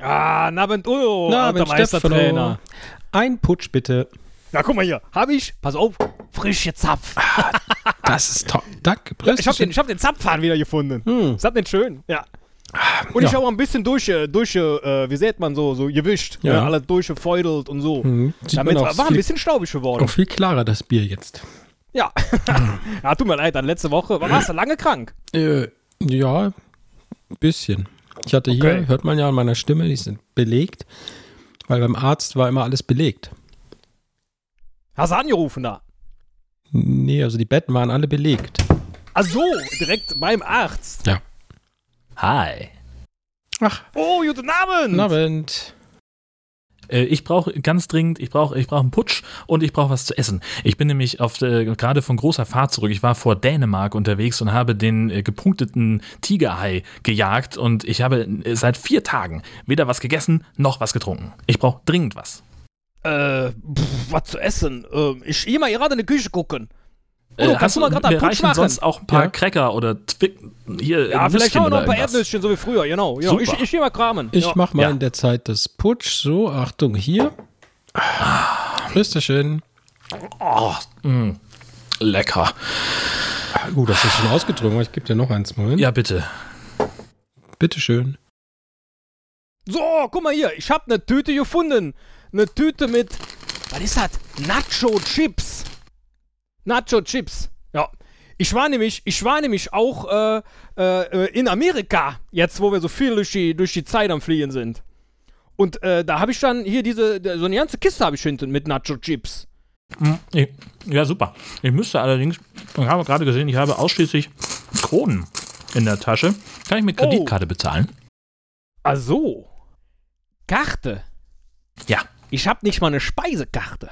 Ah, Nabend Udo, alter Meistertrainer. Ein Putsch bitte. Na, guck mal hier, hab ich, pass auf, frische Zapf. Das ist top. Danke. Ich hab den, ich hab den Zapfhahn wieder gefunden. Hm. Ah, Ist das nicht schön? Ja. Und ich Ja. habe auch ein bisschen durch, äh, durch äh, wie sieht man so, so gewischt. Ja. Ja. Alles durchgefeudelt und so. Mhm. Sieht Damit man war, auch, war ein viel, bisschen staubig geworden. auch viel klarer, das Bier jetzt. Ja. ja, tut mir leid, dann letzte Woche war- warst du lange krank. Äh, ja, ein bisschen. Ich hatte Okay. hier, hört man ja an meiner Stimme, die sind belegt, weil beim Arzt war immer alles belegt. Hast du angerufen da? Nee, also die Betten waren alle belegt. Ach so, direkt beim Arzt. Ja. Hi. Ach, Oh, guten Abend. guten Abend. Äh, Ich brauche ganz dringend, ich brauche ich brauche einen Putsch und ich brauche was zu essen. Ich bin nämlich auf äh, gerade von großer Fahrt zurück. Ich war vor Dänemark unterwegs und habe den äh, gepunkteten Tigerhai gejagt und ich habe äh, seit vier Tagen weder was gegessen noch was getrunken. Ich brauche dringend was. Äh, pff, was zu essen? Ähm, ich geh mal gerade in die Küche gucken. Äh, Udo, Oh, kannst du mal grad einen mir Putsch reichen machen? sonst auch ein paar Ja. Cracker oder Twick, hier Ja, ein vielleicht Nüsschen haben wir noch ein oder paar irgendwas. Erdnüsschen, so wie früher, genau. Ja, Super. ich, ich geh mal kramen. Ich ja. mach mal Ja. in der Zeit das Putsch. So, Achtung, hier. Christaschön. Oh, mh, lecker. Ah, gut, das ist schon ausgedrungen, aber ich gebe dir noch eins, Moment. Ja, bitte. Bitteschön. So, guck mal hier, ich hab eine Tüte gefunden. Eine Tüte mit, was ist das? Nacho Chips. Nacho Chips. Ja. Ich war nämlich, ich war nämlich auch äh, äh, äh, in Amerika, jetzt wo wir so viel durch die, durch die Zeit am Fliegen sind. Und äh, da habe ich dann hier diese, so eine ganze Kiste habe ich hinten mit Nacho Chips. Mm, ich- Ja, super. Ich müsste allerdings, ich habe gerade gesehen, ich habe ausschließlich Kronen in der Tasche. Kann ich mit Oh. Kreditkarte bezahlen? Ach so. Karte. Ja. Ich hab nicht mal eine ne Speisekarte.